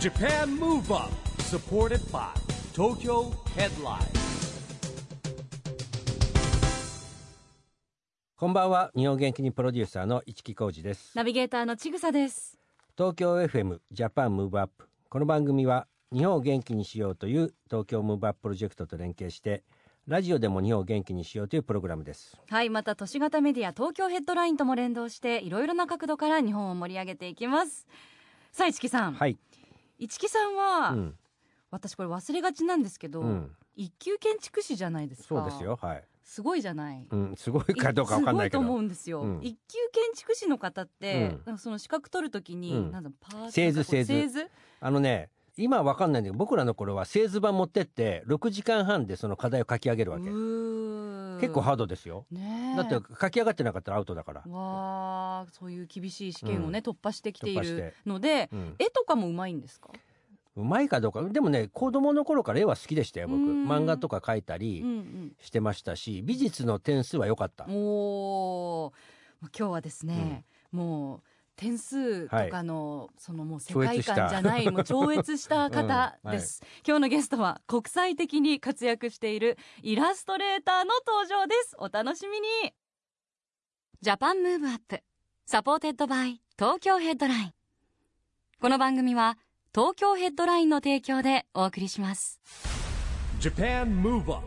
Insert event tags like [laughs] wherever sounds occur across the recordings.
JAPAN MOVE UP SUPPORTED BY TOKYO HEADLINE こんばんは日本元気にプロデューサーの市木浩司ですナビゲーターのちぐさです。東京 FM ジャパンムーブアップこの番組は日本を元気にしようという東京ムーブアッププロジェクトと連携してラジオでも日本を元気にしようというプログラムですはい、また都市型メディア東京ヘッドラインとも連動して、いろいろな角度から日本を盛り上げていきます。さあ、一木さん。はい一木さんは、うん私これ忘れがちなんですけど、うん一級建築士じゃないですか。そうです。よはいすごいじゃない。うんすごいかどうかわかんないけすごいとど思うんですよ、うん一級建築士の方って、うんなんかその資格取るときに、うんなんだろうパーツ製図とかこう製図あのね今わかんないんだけど僕らの頃は製図版持ってって6時間半でその課題を書き上げるわけ結構ハードですよドねえだって書き上がってなかったらアウトだからわあそういう厳しい試験をね、う突破してきてい突破しるてので、うん絵とかもうまいんですか、うまいかどうかでもね子供の頃から絵は好きでしたよ僕うん漫画とか描いたり、うんしてましたし美術の点数は良かったうん、おーまあ今日はですね、もう点数とかの、そのもう世界観じゃないもう超越した方うんです、今日のゲストは国際的に活躍しているイラストレーターの登場ですお楽しみにジャパンムーブアップサポーテッドバイ東京ヘッドラインこの番組は東京ヘッドラインの提供でお送りします JAPAN MOVE UP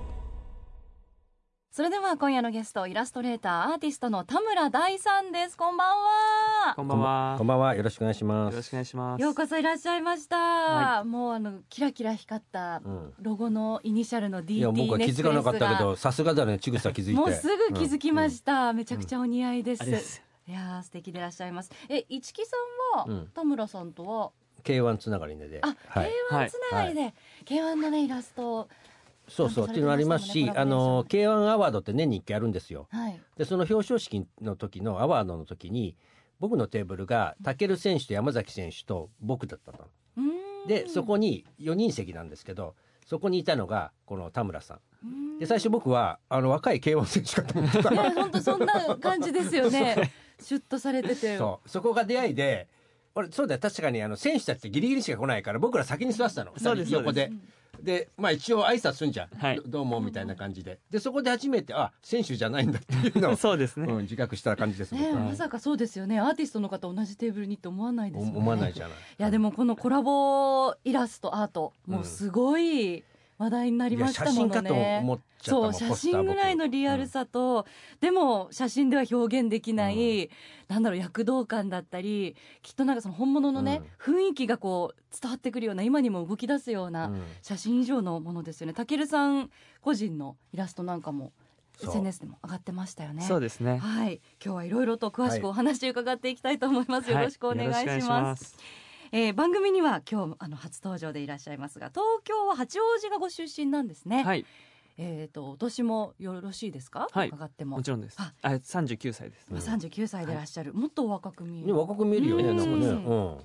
それでは今夜のゲストイラストレーターアーティストの田村大さんですこんばんはこんばんは。こんばんはよろしくお願いしまよろすしくお願いします。ようこそいらっしゃいました、はもうあのキラキラ光ったうんロゴのイニシャルのいや DT ネ僕ックは気レスづがかなかったけどさすがだねちぐさ気づいてもうすぐ気づきましした、めちゃくちゃお似合いです、ありがとうございます。いやー素敵でいらっしゃいますえ一木さんは、うん田村さんとは K1 つながりであ、はい、 K1 つながりで、K1 のねイラストそうそうっていうのありますしコラあボレーションの K1 アワードって年に1回あるんですよはいでその表彰式の時のアワードの時に僕のテーブルが武尊選手と山崎選手と僕だったのうーんでそこに4人席なんですけどそこにいたのがこの田村さんうーんで最初僕はあの若い K1 選手かと思ってたね本当そんな感じです [laughs] よねシュッとされててそうそこが出会いで俺そうだよ確かにあの選手たちってギリギリしか来ないから僕ら先に座ってたのそうです横ででまあ一応挨拶すんじゃん、はい、どどうもみたいな感じででそこで初めてあ選手じゃないんだっていう [laughs] のをそうですね。うん、自覚した感じです僕ね、はまさかそうですよねアーティストの方同じテーブルにって思わないですよね思わないじゃないいやでもこのコラボイラストアートもうすごい話題になりましたもいや写真かのとね、思っちゃったそもんう写ポスター真僕ぐらいのリアルさと、でも写真では表現できない、なんだろう躍動感だったりきっとなんかその本物のね、雰囲気がこう伝わってくるような今にも動き出すよううなんうん写真以上のものですよねたけるさん個人のイラストなんかもそう SNS でも上がってましたよねそうですね。はい、今日はいろいろと詳しくお話伺っていきたいと思います。はよろしくお願いしまよろす。くお願いしすえー番組には今日あの初登場でいらっしゃいますが、東京は八王子がご出身なんですね。はい、えっ、とお年もよろしいですか？はい伺ってももちろんですあ。あ、三十九歳です。ろん三十九歳でいらっしゃる、もっとお若く見えねる。若く見えるよねなうんんかねううんん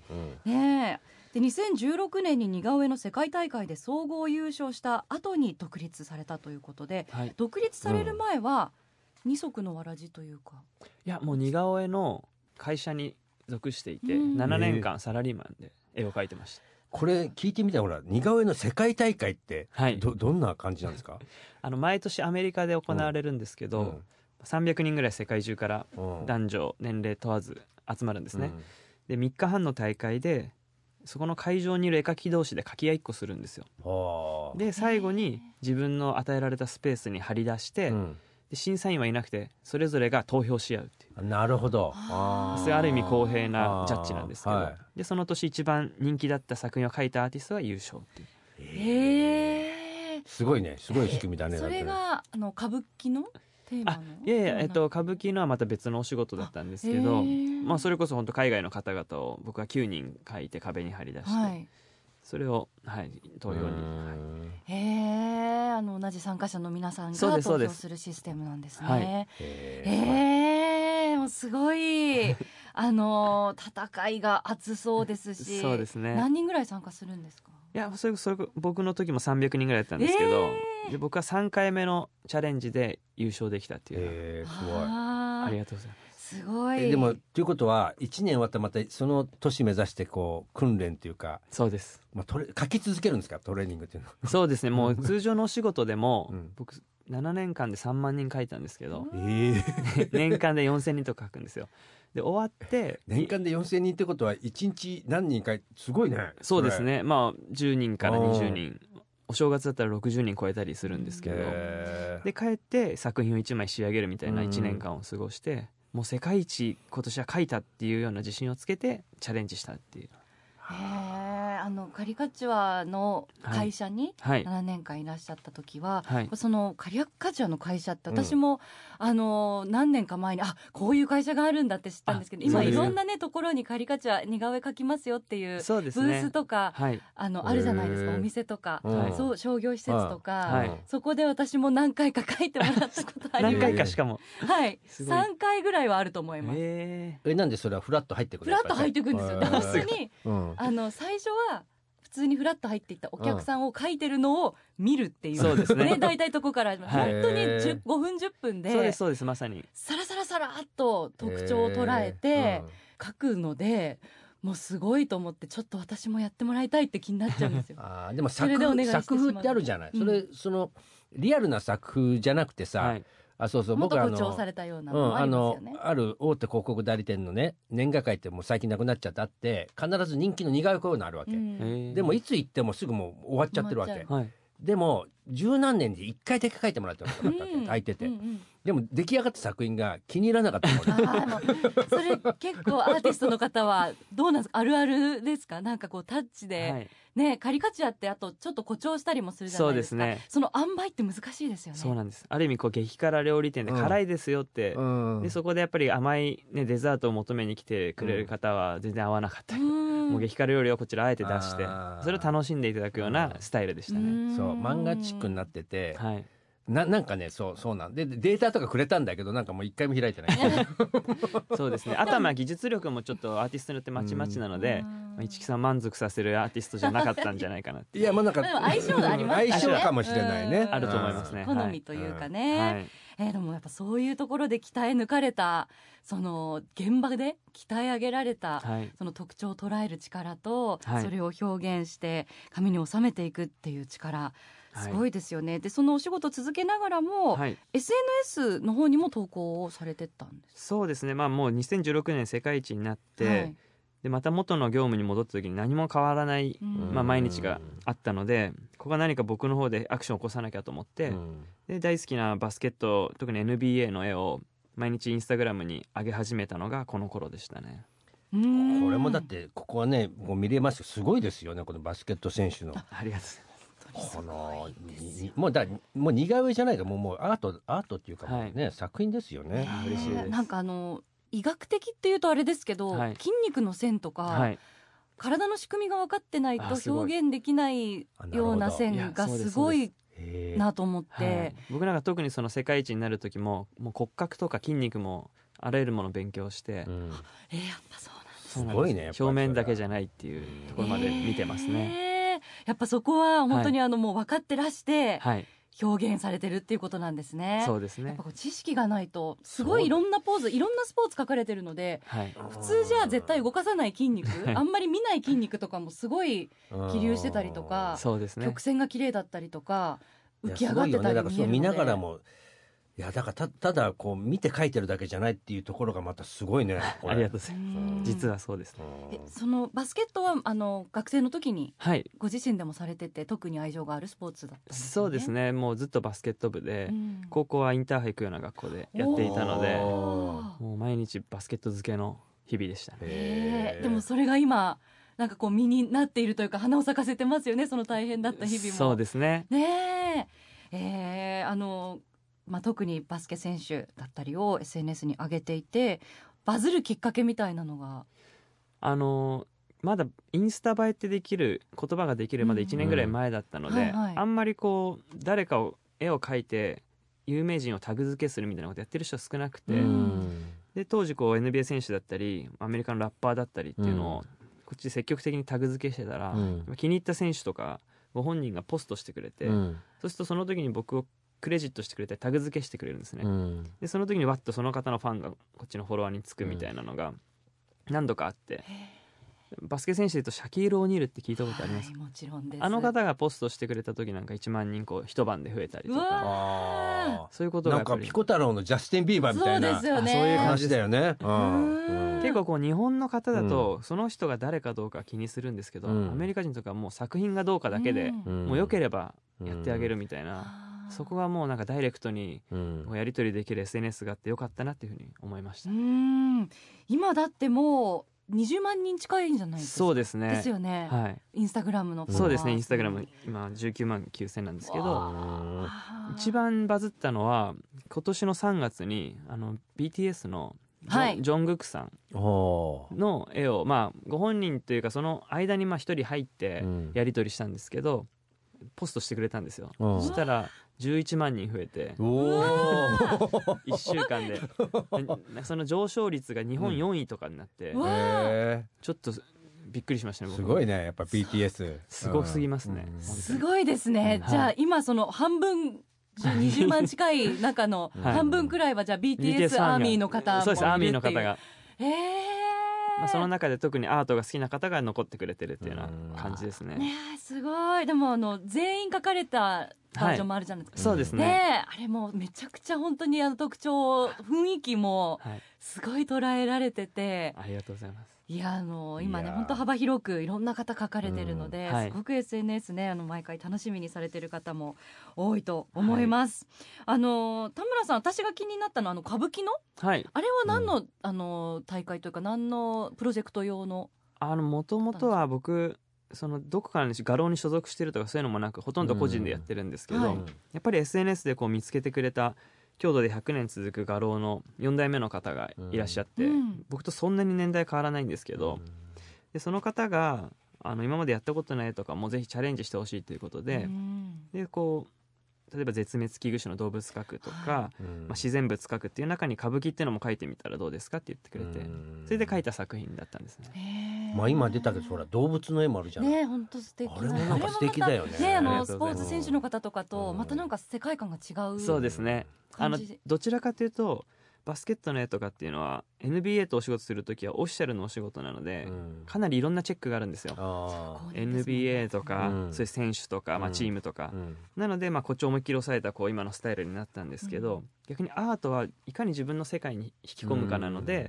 うんねえ。で2016年に似顔絵の世界大会で総合優勝した後に独立されたということではい。い独立される前は二足のわらじというか、や、もう似顔絵の会社に属していて、うん七年間サラリーマンで絵を描いてました。これ聞いてみたらほら似顔絵の世界大会ってはい。どどんな感じなんですかあの毎年アメリカで行われるんですけど、三百人ぐらい世界中からうん男女年齢問わず集まるんですうね。んで、三日半の大会で。そこの会場にいる絵描き同士で描き合いっこするんですよああで最後に自分の与えられたスペースに張り出して、うんで審査員はいなくてそれぞれが投票し合うっていうなるほどあーそれある意味公平なジャッジなんですけど、あーはいでその年一番人気だった作品を書いたアーティストが優勝っていうええすごいねすごい仕組みだねそなれんかねがあの歌舞伎のテーマのいやいや、えっよと、歌舞伎のはまた別のお仕事だったんですけあへどーまあ、それこそ本当海外の方々を僕は9人書いて壁に貼り出しうて、なはいそれを、はい、投票に、うはいんへえあの同じ参加者の皆さんがそう投ですそうで票すするシステムなんですはいねへえーえもうすご [laughs] いあの戦いが熱そうですしそうですね何人ぐらい参加するんですかいやそれそれ僕の時も300人ぐらいだったんですけど、えで僕は3回目のチャレンジで優勝できたっていうのは、へーすごいああーりがとうございますすすごいえでもということは1年終わったらまたその年目指してこう訓練というか、そうですまあ、トレ書き続けるんですかトレーニングっていうのは。そうですねもう通常のお仕事でも、うん僕7年間で3万人書いたんですけどええ [laughs] 年間で4,000人とか書くんですよで終わって年間で4,000人ってことは1日何人かすごいねそうですれねまあ10人からうん20人お正月だったら60人超えたりするんですけどへえで帰って作品を1枚仕上げるみたいなうん1年間を過ごしてもう世界一今年は書いたっていうような自信をつけてチャレンジしたっていうへえあのカリカチュアの会社にはい7年間いらっしゃった時は、はいそのカリカチュアの会社ってうん私も、あの何年か前にあこういう会社があるんだって知ったんですけどあ今そういですろんなねところにカリカチュア似顔絵描きますよっていうそうですブースねとか、はいあのあるじゃないですかへーお店とか、うんはいそう商業施設とか、はいそこで私も何回か書いてもらったことあ何ります回かしかもはいすごい3回ぐらいはあると思います、へえなんでそれはフラッと入ってくフるラッと入っていくんですよでやっぱり本当にうんあの最初は普通にフラッと入っていったお客さんを書いてるのを見るっていう、そうですね大体とこから始まる、はい本当にへー10 5分10分えそうでですそうですまさにさらさらさらっと特徴を捉えて書くので、もうすごいと思ってちょっと私もやってもらいたいって気になっちゃうんですようん。 [laughs] あーでもそれでお作願いしてしまう作風ってあるじゃない、それそのリアルな作風じゃなくてさ、はいあそうそうもっと僕あ誇張のされたようなうのん、もあありますのよね。ある大手広告代理店のね年賀会ってもう最近なくなっちゃってあって必ず人気の似顔絵コーナーあるわけ、うへんーでもいつ行ってもすぐもう終わっちゃってるわ終わけっはいでも十何年で一回だけ書いてもらってもらったわけ、うん空いてて、うんうんでも出来上がった作品が気に入らなかったのあ俺ーあのそれ結構アーティストの方はどうなんですかあるあるですかなんかこうタッチで、はいねカリカチュアってあとちょっと誇張したりもするじゃないですかそうですねその塩梅って難しいですよねそうなんですある意味こう激辛料理店でうん辛いですよって、うんでそこでやっぱり甘い、ね、デザートを求めに来てくれる方は全然合わなかったり、うんもう激辛料理をこちらあえて出してあーそれを楽しんでいただくようなスタイルでしたね。そう漫画チックになっててはい、ななんかねそうそうなんででデータとかくれたんだけどなんかもう一回も開いてない [laughs] そうですねあとはまあ技術力もちょっとアーティストによってまちまちなのでうんまあ市木さん満足させるアーティストじゃなかったんじゃないかなっていやまあなんかでも相性がありますからね相性かもしれないねうんあると思いますね好みというか [laughs] ね、はい、えーでもやっぱそういうところで鍛え抜かれたその現場で鍛え上げられた、はい、その特徴を捉える力と、はいそれを表現して紙に収めていくっていう力すごいですよね、でそのお仕事を続けながらも、はい SNS の方にも投稿をされてったんですそうですねまあもう2016年世界一になって、はいでまた元の業務に戻った時に何も変わらない、うんまあ、毎日があったのでここは何か僕の方でアクションを起こさなきゃと思って、うんで大好きなバスケット特に NBA の絵を毎日インスタグラムに上げ始めたのがこの頃でしたねうんこれもだってここはねもう見れますよすごいですよねこのバスケット選手のありがとうございこのですよもうだもう似顔絵じゃないかもうもうアートアートっていうかもうね、作品ですよね。あ嬉しいですなんかあの医学的っていうとあれですけど、はい筋肉の線とか、ますはい体の仕組みが分かってないあとすごい表現できないあなるほどようないや線がそうですすごいへえなと思っはいて、僕なんか特にその世界一になる時ももう骨格とか筋肉もあらゆるものを勉強して、うんえーやっぱそうなんだそうなんですごいねやっぱりそれは表面だけじゃないっていうところまで見てますね、えーやっぱそこは本当にあのもう分かってらしてはい表現されてるっていうことなんですね。そうですやっねぱこう知識がないとすごいいろんなポーズいろんなスポーツ書かれてるのではい普通じゃ絶対動かさない筋肉いあんまり見ない筋肉とかもすごい気流してたりとかそうですね曲線が綺麗だったりとかい浮やき上がってすごたいよねだり見からそえるうので見ながらもいやだからたただこう見て書いてるだけじゃないっていうところがまたすごいね。これありがとうござういまんす実はそうですねうんえそのバスケットはあの学生の時にはいご自身でもされてて特に愛情があるスポーツだったんですよそね。うですねもうずっとバスケット部で、うん高校はインターハイ行くような学校でやっていたのでおーもう毎日バスケット漬けの日々でしたねへへええでもそれが今なんかこう身になっているというか花を咲かせてますよねその大変だった日々も。そうですねねええーあの、まあ、特にバスケ選手だったりを SNS に上げていてバズるきっかけみたいなのがあのまだインスタ映えってできる言葉ができるまでうん1年ぐらい前だったのはいで、はいあんまりこう誰かを絵を描いて有名人をタグ付けするみたいなことやってる人は少なくて、ううんんで当時こう NBA 選手だったりアメリカのラッパーだったりっていうのを、うんこっちで積極的にタグ付けしてたら、うん気に入った選手とかご本人がポストしてくれて、うんそうするとその時に僕をクレジットしてくれてタグ付けしてくれるんですね、うんでその時にわっとその方のファンがこっちのフォロワーにつくみたいなのが何度かあって、バスケ選手でいうとシャキール・オニールって聞いたことあります、はいもちろんですあの方がポストしてくれた時なんか1万人こう一晩で増えたりとうわかあそういうこーとがなやんっぱかりピコ太郎のジャスティン・ビーバーみたいそうなですよねあそういう話だよね。うんうん結構こう日本の方だとその人が誰かどうかは気にするんですけど、うんアメリカ人とかはもう作品がどうかだけで、んうんもう良ければやってあげるみたいな、そこはもうなんかダイレクトにうんこうやり取りできる SNS があってよかったなっていうふうに思いましうた、ん今だってもう20万人近いんじゃないですかそうですねですよね、はいインスタグラムのフォロそうワーですねインスタグラム今19万9000なんですけわどうんあー一番バズったのは今年の3月にあの BTS のジョン,、はいジョングクさおんの絵を、まあ、ご本人というかその間にまあ一人入ってうんやり取りしたんですけど、ポストしてくれたんですよ、うんそしたら11万人増えてーおー1週間ででその上昇率が日本4位とかになって、うわへちょっとびっくりしましたねー僕すごいねねやっぱ BTS すごすぎますね、うん本当すにごいですね、うんじゃはあ今その半分20万近い中の [laughs] はい半分くらいはじゃあ BTS アーミーの方もいるそってういですアーミーの方がええまあ、その中で特にアートが好きな方が残ってくれてるっていうような感じですねね。えすごいでもあの全員書かれたバージョンもあるじゃないですか、そうですねね。えあれもうめちゃくちゃ本当にあの特徴雰囲気もはい、すごい捉えられててありがとうございます。いやあの今いねやー本当幅広くいろんな方書かれてるので、うんはいすごく SNS ねあの毎回楽しみにされてる方も多いと思います、あの田村さん私が気になったのはあの歌舞伎のはい、あれは何の、あの大会というか何のプロジェクト用のあの元々は僕そのどこかに画廊に所属してるとかそういうのもなくほとんど個人でやってるんですけど、うんはいやっぱり SNS でこう見つけてくれた郷土で100年続く画廊の4代目の方がいらっしゃって、うん僕とそんなに年代変わらないんですけど、でその方があの今までやったことない絵とかもぜひチャレンジしてほしいということで、うんでこう例えば絶滅危惧種の動物学とか、はうんまあ、自然物描くっていう中に歌舞伎っていうのも書いてみたらどうですかって言ってくれてうんそれで書いた作品だったんですねねえまあ今出たけどほら動物の絵もあるじゃん、ねえ本当素敵あれもなんか素敵だよねあれもまたねえあありのがとスうポございーますツ選手の方とかとうんまたなんか世界観が違うそうですねあ感のじでどちらかというとバスケットの絵とかっていうのは NBA とお仕事する時はオフィシャルのお仕事なので、うんかなりいろんなチェックがあるんですよあこういうのですもんね NBA とか、うんそういう選手とか、まうあ、んチームとかー、うんなので、まあ、誇張思いっきり抑えたこう今のスタイルになったんですけど、う逆にアートはいかに自分の世界に引き込むかなので、まあ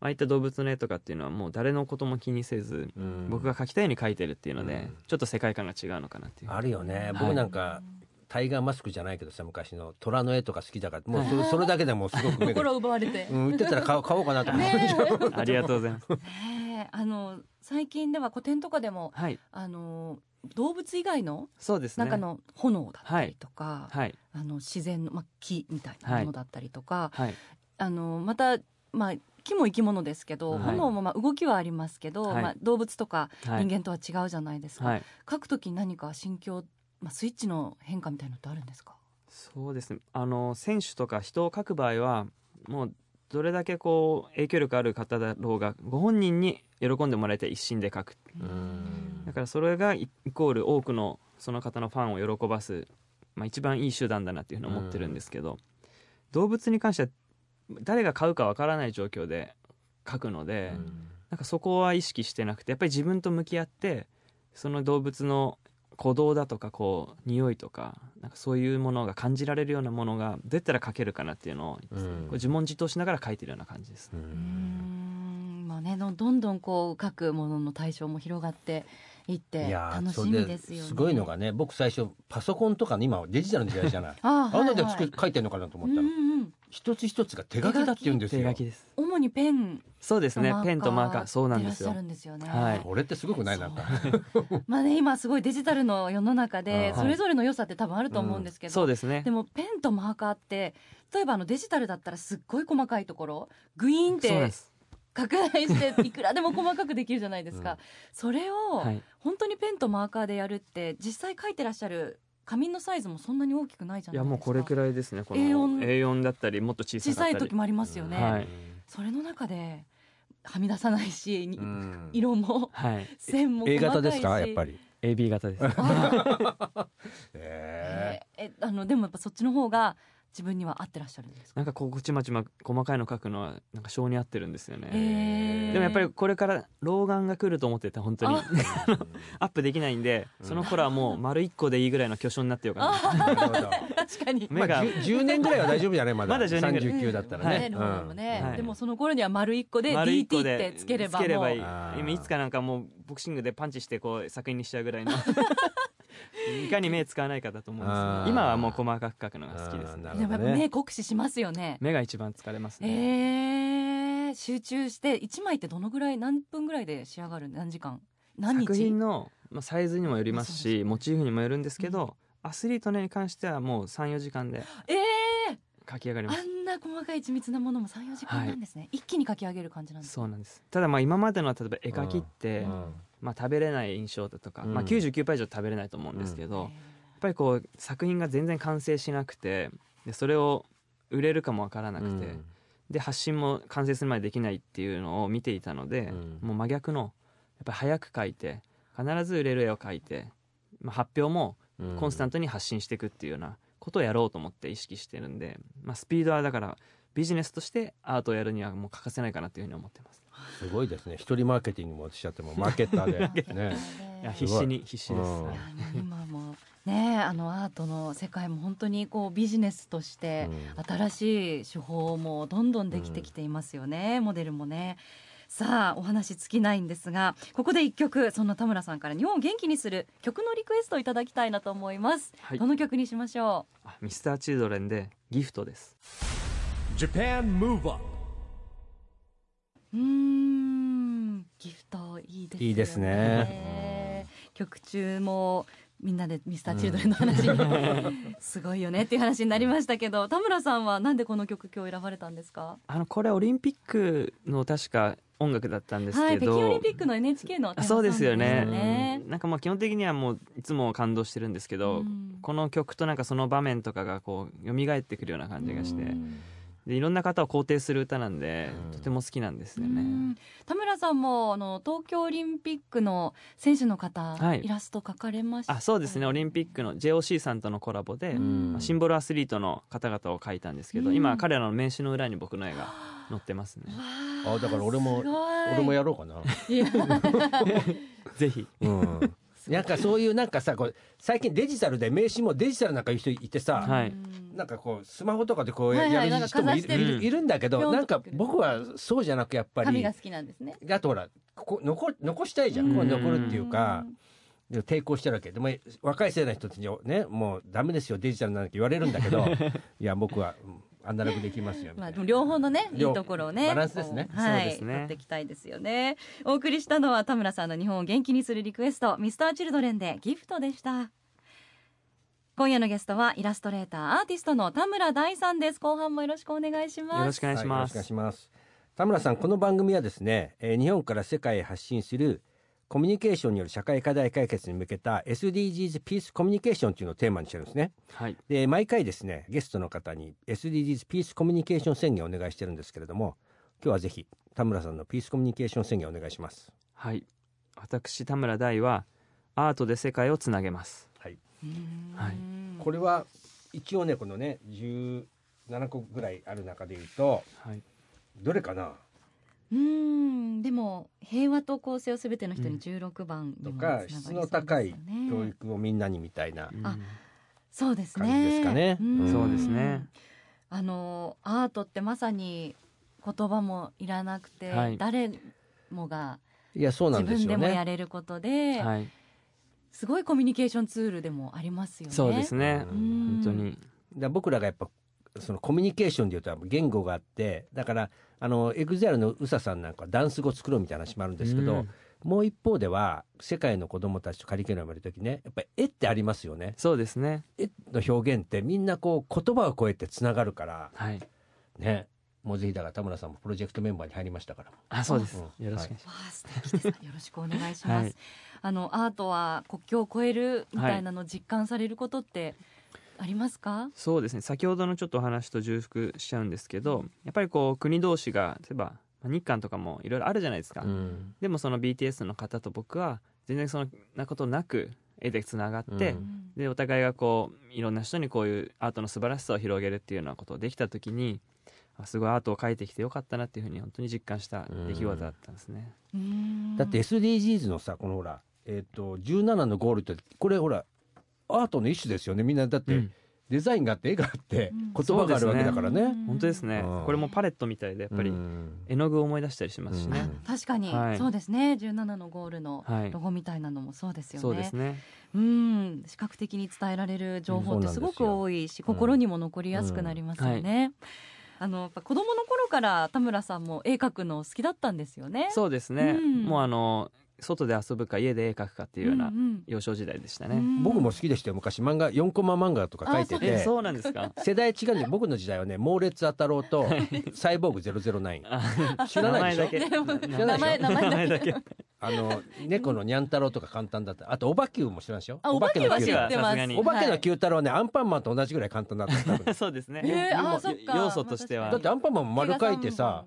ああいった動物の絵とかっていうのはもう誰のことも気にせず、うん僕が描きたいように描いてるっていうので、うんちょっと世界観が違うのかなっていうあるよね、い僕なんかタイガーマスクじゃないけどさ昔の虎の絵とか好きだからもうそれそれだけでもうすごく目が、心奪われてうん、売ってたら買おう買おうかなと思う、ね [laughs] ありがとうございますねえあの最近では古典とかでもはいあの動物以外のそうですね中の炎だったりとか、はいあの自然の、まあ、木みたいなものだったりとか、はいあのまた、まあ、木も生き物ですけど、はい炎もまあ動きはありますけど、はいまあ、動物とかはい人間とは違うじゃないですか、はい書くときに何か心境、まあ、スイッチの変化みたいのってあるんですかそうですねあの選手とか人を描く場合はもうどれだけこう影響力ある方だろうがご本人に喜んでもらいたい一心で描くうんだからそれがイイコール多くのその方のファンを喜ばす、まあ、一番いい手段だなっていうふうに思ってるんですけど、動物に関しては誰が買うかわからない状況で書くので、なんかそこは意識してなくてやっぱり自分と向き合ってその動物の鼓動だとかこう匂いとかなんかそういうものが感じられるようなものがどうやったら書けるかなっていうのを、うんこう自問自答しながら書いてるような感じです、うねうんんまあね、どどんどんこう書くものの対象も広がっていっていやー楽しそみれですよね。すごいのがね僕最初パソコンとかの今はデジタルの時代じゃないああんなはいではい作り書いてんのかなと思うっんたうらん、一つ一つが手書きだって言うんです手よ書きです主にペンそうですとマねーカーペンとマーカーそうなんですいらっよしゃるんですよね。はい俺ってすごくないなんか [laughs] そうまあね今すごいデジタルの世の中でうんそれぞれの良さって多分あると思うんですけど、そうですねでもペンとマーカーって例えばあのデジタルだったらすっごい細かいところグイーンっそうなんでてす拡大していくらでも細かくできるじゃないですか、うんそれをはい本当にペンとマーカーでやるって実際書いてらっしゃる紙のサイズもそんなに大きくないじゃいなやいですかもうこれくらいですねこの A4 A4 だったりもっと小さ小かっさたいり時もありますよね、はいそれの中ではみ出さないし、にうん色もはい線も細映かいし画ですかやっぱり AB 型ですえええあのでもやっぱそっちの方が自分には合ってらっしゃるんですか [laughs] なんかこうこちまちま細かいの書くのはなんか性に合ってるんですよね、へーでもやっぱりこれから老眼が来ると思ってて本当にアップできないんでその頃はもう [laughs] 丸1個でいいぐらいの巨匠になってようかなー、なるほど。確かに [laughs] 目まがあ、10, 年ぐらいは大丈夫じゃないまだまだ10年ぐらい39だったらはね、いね、ロゴもね、はいでもその頃には丸一個で丸 DT 一個ってでつければもういいあー今いつかなんかもうボクシングでパンチしてこう作品にしちゃうぐ [laughs] らいのいかに目使わないかだと思うんですあけーど今はもう細かく描くのが好きですあーねなでるもやほっどぱね目酷使しますよね。目が一番疲れますね、えー、集中して一枚ってどのぐらい何分ぐらいで仕上がる何時間何日作品の、まあ、サイズにもよりますそうですしモチーフにもよるんですけど、アスリートの絵に関してはもう34時間でええ描き上がりー、まあすんな細かい緻密なものも34時間なんですね、一気に書き上げる感じなんですねそうなんですただまあ今までの例えば絵描きって、うんまあ、食べれない印象だとか、まあ、うん99パー以上食べれないと思うんですけど、えーやっぱりこう作品が全然完成しなくてでそれを売れるかもわからなくて、で発信も完成するまでできないっていうのを見ていたので、うんもう真逆のやっぱり早く描いて必ず売れる絵を描いて、まあ、発表もうんコンスタントに発信していくっていうようなことをやろうと思って意識してるんで、まあ、スピードはだからビジネスとしてアートをやるにはもう欠かせないかなというふうに思ってます。すごいですね一人マーケティングもしちゃってもマーケッタ [laughs] ーでねいやねす必ごい死に必死です、うんはいいや今もねあのアートの世界も本当にこうビジネスとしてうん新しい手法もどんどんできてきていますよね、モデルもね。さあお話尽きないんですがここで一曲そんな田村さんから日本を元気にする曲のリクエストをいただきたいなと思います、はいどの曲にしましょうあミスターチルドレンでギフトです Japan Move Up うーんギフトいいですよねいいですね曲中もみんなでミスターチルドレンの話 [laughs] に、すごいよねっていう話になりましたけど田村さんはなんでこの曲今日選ばれたんですかあのこれオリンピックの確か音楽だったんですはけい北ど、京オリンピックの NHK のテーあマそうですよソンねグでしたねなんかまあ基本的にはもういつも感動してるんですけど、うんこの曲となんかその場面とかがこう蘇ってくるような感じがして、でいろんな方を肯定する歌なんで、うんとても好きなんですようねん。田村さんもあの東京オリンピックの選手の方、はいイラスト描かれましたあそうですねオリンピックの JOC さんとのコラボで、んまあシンボルアスリートの方々を描いたんですけど、うん今彼らの名刺の裏に僕の絵が載ってますね。わあだから俺もすごい俺もやろうかな、いやぜひ [laughs] うん、なんかそういうなんかさこう最近デジタルで名刺もデジタルなんかいう人いてさ、はいうんなんかこうスマホとかでこうはやいはいやる人もいる,ないんる、か飾ってるいるんだけぴょどんとなんか僕はそうじゃなくやっぱ髪がり好きなんですねあとほらここ残残したいじゃんここに残るっていうか。で抵抗してるわけでも若い世代の人たちにねもうダメですよデジタルなんて言われるんだけどいや僕はうんアナログできますよみたまあいでなも両方のねいい両ところをねバランスですねこうはいそうですね取っていきたいですよねお送りしたのは田村さんの日本を元気にするリクエストミスターチルドレンでギフトでした今夜のゲストはイラストレーターアーティストの田村大さんです後半もよろしくお願いしよまろすしくお願いします。はいよろしくお願いします田村さんこの番組はですね、えー日本から世界へ発信するコミュニケーションによる社会課題解決に向けた SDGs ピースコミュニケーションというのをテーマにしてるんですねはいで毎回ですねゲストの方に SDGs ピースコミュニケーション宣言をお願いしてるんですけれども今日はぜひ田村さんのピースコミュニケーション宣言をお願いしますはい私田村大はアートで世界をつなげますはいはいこれは一応ねこのね17個ぐらいある中で言うとはいどれかなうーんでも平和と公正をすべての人うにん16番にともかつながり質そうですよねの高い教育をみんなにみたいな、うんあそうですね感じですかねんそうですねあのアートってまさに言葉もいらなくて、はい誰もがいやそうな自んです分でよもやね。れることではいすごいコミュニケーションツールでもありますよね。そうですねう本ん当にだ僕らがやっぱそのコミュニケーションでいうと言語があってだからあのエグゼルの宇佐さんなんかはダンス語作ろうみたいな話もあるんですけど、うんもう一方では世界の子どもたちとカリキュラムやる時ねやっぱり絵ってありますよねそうですね絵の表現ってみんなこう言葉を超えてつながるからはいねもうぜひだから田村さんもプロジェクトメンバーに入りましたから。あそうですうんよろしくお願いしまわあ素敵です。よろしくお願いします。はいあのアートは国境を越えるみたいなのを実感されることってありますか？すそうですね先ほどのちょっとお話と重複しちゃうんですけどやっぱりこう国同士が例えばまあ日韓とかもいろいろあるじゃないですかうんでもその BTS の方と僕は全然そんなことなく絵でつながって、うんでお互いがこういろんな人にこういうアートの素晴らしさを広げるっていうようなことをできた時にあすごいアートを描いてきてよかったなっていうふうに本当に実感した出来事だったんですね。だって SDGs のさこのほら、えー、と17のゴールってこれほらアートの一種ですよねみんなだって、うんデザインがあって絵があってうん言葉があるわけだからね。本当ですねうんこれもパレットみたいでやっぱりうん絵の具を思い出したりしますしね。うん確かに、はいそうですね17のゴールのはいロゴみたいなのもそうですよね,、そうですね。うん視覚的に伝えられる情報っうんそうなんてですすよごく多いし、うん心にも残りやすくなりますよね、うんあのやっぱ子供の頃から田村さんも絵描くの好きだったんですよねそうですね。うんもうあの外で遊ぶか家で絵描くかってういうようなんうん幼少時代でしたうね。ん僕も好きでしたよ昔漫画4コマ漫画とか書いてえてそうなんですか。 [laughs] 世代違うんで僕の時代はね「猛烈あたろう」と「サイボーグ009あ」知らないでしょ名前だけ知らないでしょ名前名名前前だだけ [laughs] け。あの猫のニャン太郎とか簡単だったあとおばきゅうも知らんでしょあお化けはお化知けはってまさすすがにお化けはのい九太郎はねアンパンマンと同じぐらい簡単だった多分そうですね。えよーあよーそっか要素としてはだってアンパンマンも丸書いてさ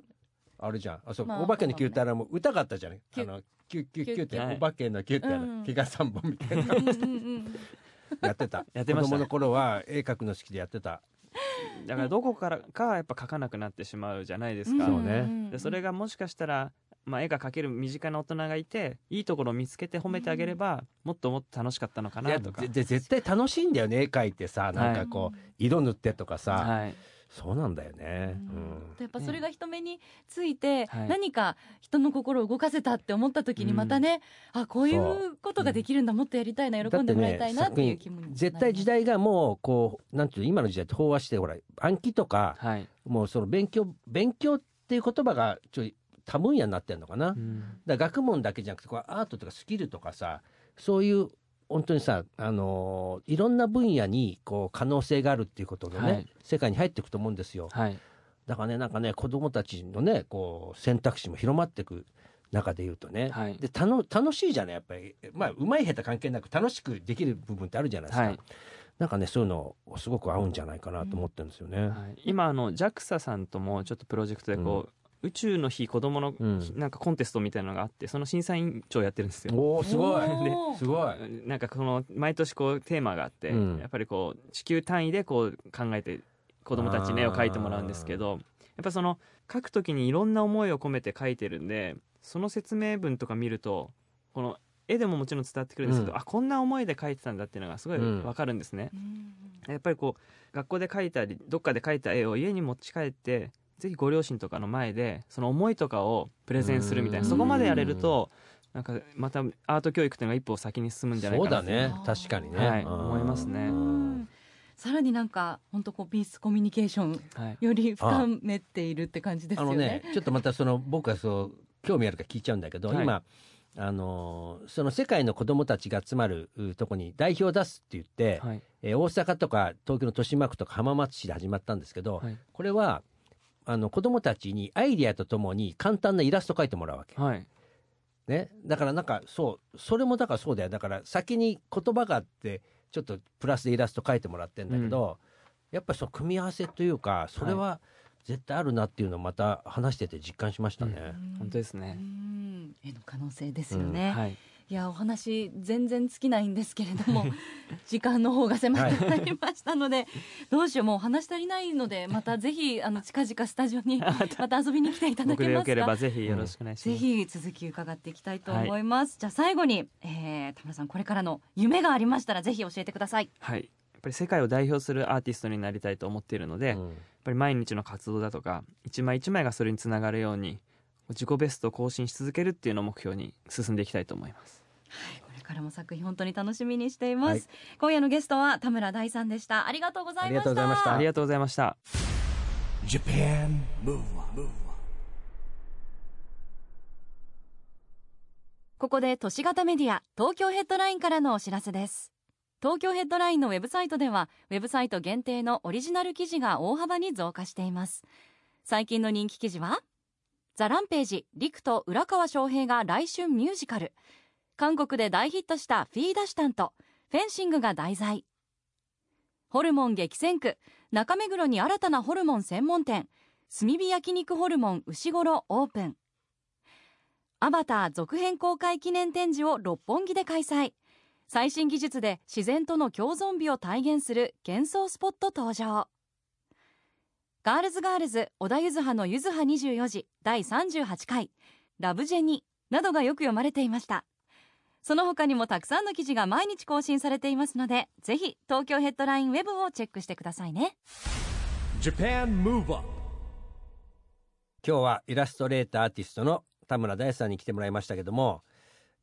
木あるじゃんあそう、まあお化けの九太郎も歌があったじゃないキあュのキュッキュッキュッってはいお化けの九太うん郎毛が三本みたいな [laughs] 田さんもうんうんうんやってたやってました子供の頃は絵描くの好きでやってただからどこからかやっぱ描かなくなってしまうじゃないですか。そうねでそれがもしかしたら、まあ、絵が描ける身近な大人がいていいところを見つけて褒めてあげれば、もっともっと楽しかったのかいやなとかぜ。ぜ絶対楽しいんだよね絵描いてさなんかこう、色塗ってとかさ、はい、そうなんだよね、うんやっぱそれが人目について、はい何か人の心を動かせたって思った時にまたね、あこういそうことができるんだもっとやりたいな喜んでもらいたいなっていう気も、絶対時代がもうこうなんていうの今の時代って飽和してほら暗記とかはいもうその勉強勉強っていう言葉がちょい多分野になってるのかな、うんだから学問だけじゃなくてこうアートとかスキルとかさそういう本当にさ、あのーいろんな分野にこう可能性があるっていうことのね、はい世界に入っていくと思うんですよはいだからねなんかね子供たちのねこう選択肢も広まっていく中で言うとね、はいでたの楽しいじゃないやっぱりまあうまい下手関係なく楽しくできる部分ってあるじゃないですか、はいなんかねそういうのすごく合うんじゃないかなと思ってるんですよはね。い今あの JAXA さんともちょっとプロジェクトでこう、宇宙の日子どもの、うんなんかコンテストみたいなのがあってその審査委員長やってるんですよ。おおすごいおーすごいなんかこの毎年こうテーマがあって、うんやっぱりこう地球単位でこう考えて子供たちに絵を描いてもらうんですけどやっぱその描く時にいろんな思いを込めて描いてるんでその説明文とか見るとこの絵でももちろん伝わってくるんですけど、うんあこんな思いで描いてたんだっていうのがすごいうんわかるんですね。やっぱりこう学校で描いたりどっかで描いた絵を家に持ち帰ってぜひご両親とかの前でその思いとかをプレゼンするみたいなうんそこまでやれるとなんかまたアート教育っていうのが一歩先に進むんじゃないそかなうだっていうね確かにね、はいうん思いますねうんさらになんか本当こうピースコミュニケーションはい、より深めているって感じですあよのねね。ちょっとまたその僕はそう興味あるから聞いちゃうんだけど、はい今あのーその世界の子どもたちが集まるうとこに代表を出すって言って、はいえー大阪とか東京の豊島区とか浜松市で始まったんですけど、はいこれはあの子どもたちにアイディアとともに簡単なイラスト描いてもらうわけ、はいね、だからなんかそうそれもだからそうだよだから先に言葉があってちょっとプラスでイラスト描いてもらってんだけど、やっぱりその組み合わせというかそれは絶対あるなっていうのをまた話してて実感しましたね。うん本当ですねう、ん絵の可能性ですよね。い、はいやお話全然尽きないんですけれ [laughs] ども時間の方が迫ってまいりましたので、どうしようもう話し足りないのでまたぜひあの近々スタジオ [laughs] にまた遊びに来ていただ僕けでまよすけれかば。ぜひよろしくお願いしぜます、ひ続き伺っていきたいと思います。じゃあ最後に、えー、田村さんこれからの夢がありましたらぜひ教えてください。はいやっぱり世界を代表するアーティストになりたいと思っているので、やっうんぱり毎日の活動だとか一枚一枚がそれにつながるように自己ベストを更新し続けるっていうのを目標に進んでいきたいと思いますこれからも作品本当に楽しみにしていまはす。い今夜のゲストは田村大さんでした。ありがとうございまありがとうございましたありがとうございました Japan Move Up ここで都市型メディア東京ヘッドラインからのお知らせです東京ヘッドラインのウェブサイトではウェブサイト限定のオリジナル記事が大幅に増加しています最近の人気記事はザ・ランページ陸と浦川翔平が来春ミュージカル韓国で大ヒットしたフィーダシュタンとフェンシングが題材ホルモン激戦区中目黒に新たなホルモン専門店炭火焼肉ホルモン牛ごろオープンアバター続編公開記念展示を六本木で開催最新技術で自然との共存美を体現する幻想スポット登場ガールズガールズ小田柚葉の柚葉24時第38回ラブジェニなどがよく読まれていましたその他にもたくさんの記事が毎日更新されていますのでぜひ東京ヘッドラインウェブをチェックしてくださいね Japan Move Up 今日はイラストレーターアーティストの田村大地さんに来てもらいましたけども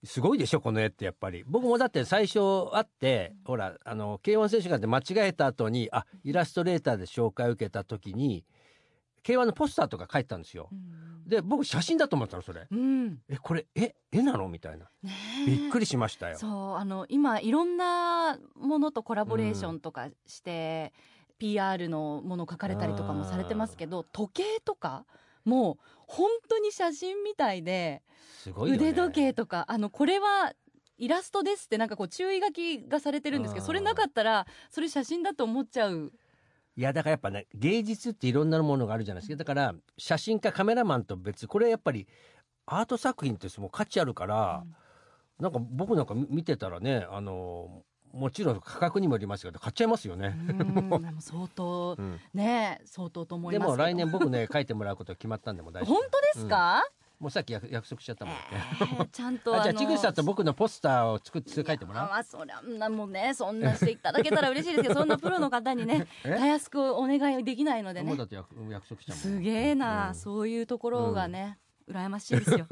すごいでしょこの絵ってやっぱり僕もだって最初会ってほらあの K1 選手がで間違えた後にあイラストレーターで紹介を受けた時に K1 のポスターとか書いてたんですよ。で僕写真だと思ったのそれ。うんえこれえ絵なのみたいなびっくりしましたよ。そうあの今いろんなものとコラボレーションとかして、PR のもの書かれたりとかもされてますけど時計とかもう本当に写真みたいですごいよ、ね、腕時計とかあのこれはイラストですってなんかこう注意書きがされてるんですけあどーそれなかったらそれ写真だと思っちゃ [laughs] ういやだからやっぱね芸術っていろんなものがあるじゃないですかだから写真家カメラマンと別これやっぱりアート作品ってもう価値あるから、なんか僕なんか見見てたらねあのもちろん価格にもよりますけど買っちゃいますようね。んでも相当うんね相当と思いでますけもど来年僕ね書いてもらうこと決まったんでもう大丈本夫当ですか、もうさっき約約束しちゃったもんね。えーちゃんとあじゃあのちぐさと僕のポスターを作って書いてもらうまあそりゃなもうねそんなしていただけたら嬉し [laughs] いですけどそんなプロの方にねえたやすくお願いできないのでもうねだって約約束したもんすげえな、うんそういうところがね、羨ましいです [laughs] よ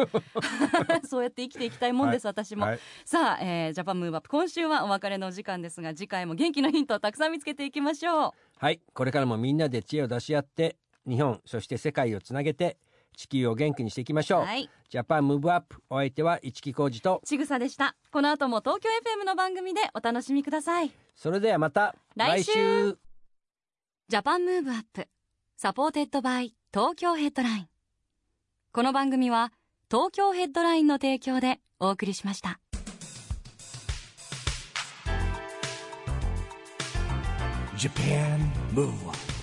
そうやって生きていきたいもんです、私も、はいさあ、えージャパンムーブアップ今週はお別れのお時間ですが次回も元気のヒントをたくさん見つけていきましょうはい、これからもみんなで知恵を出し合って日本そして世界をつなげて地球を元気にしていきましょう、はいジャパンムーブアップお相手は市木浩二とちぐさでしたこの後も東京 FM の番組でお楽しみくださいそれではまた来週ジャパンムーブアップサポーテッドバイ東京ヘッドラインこの番組は東京ヘッドラインの提供でお送りしました「 Japan Move Up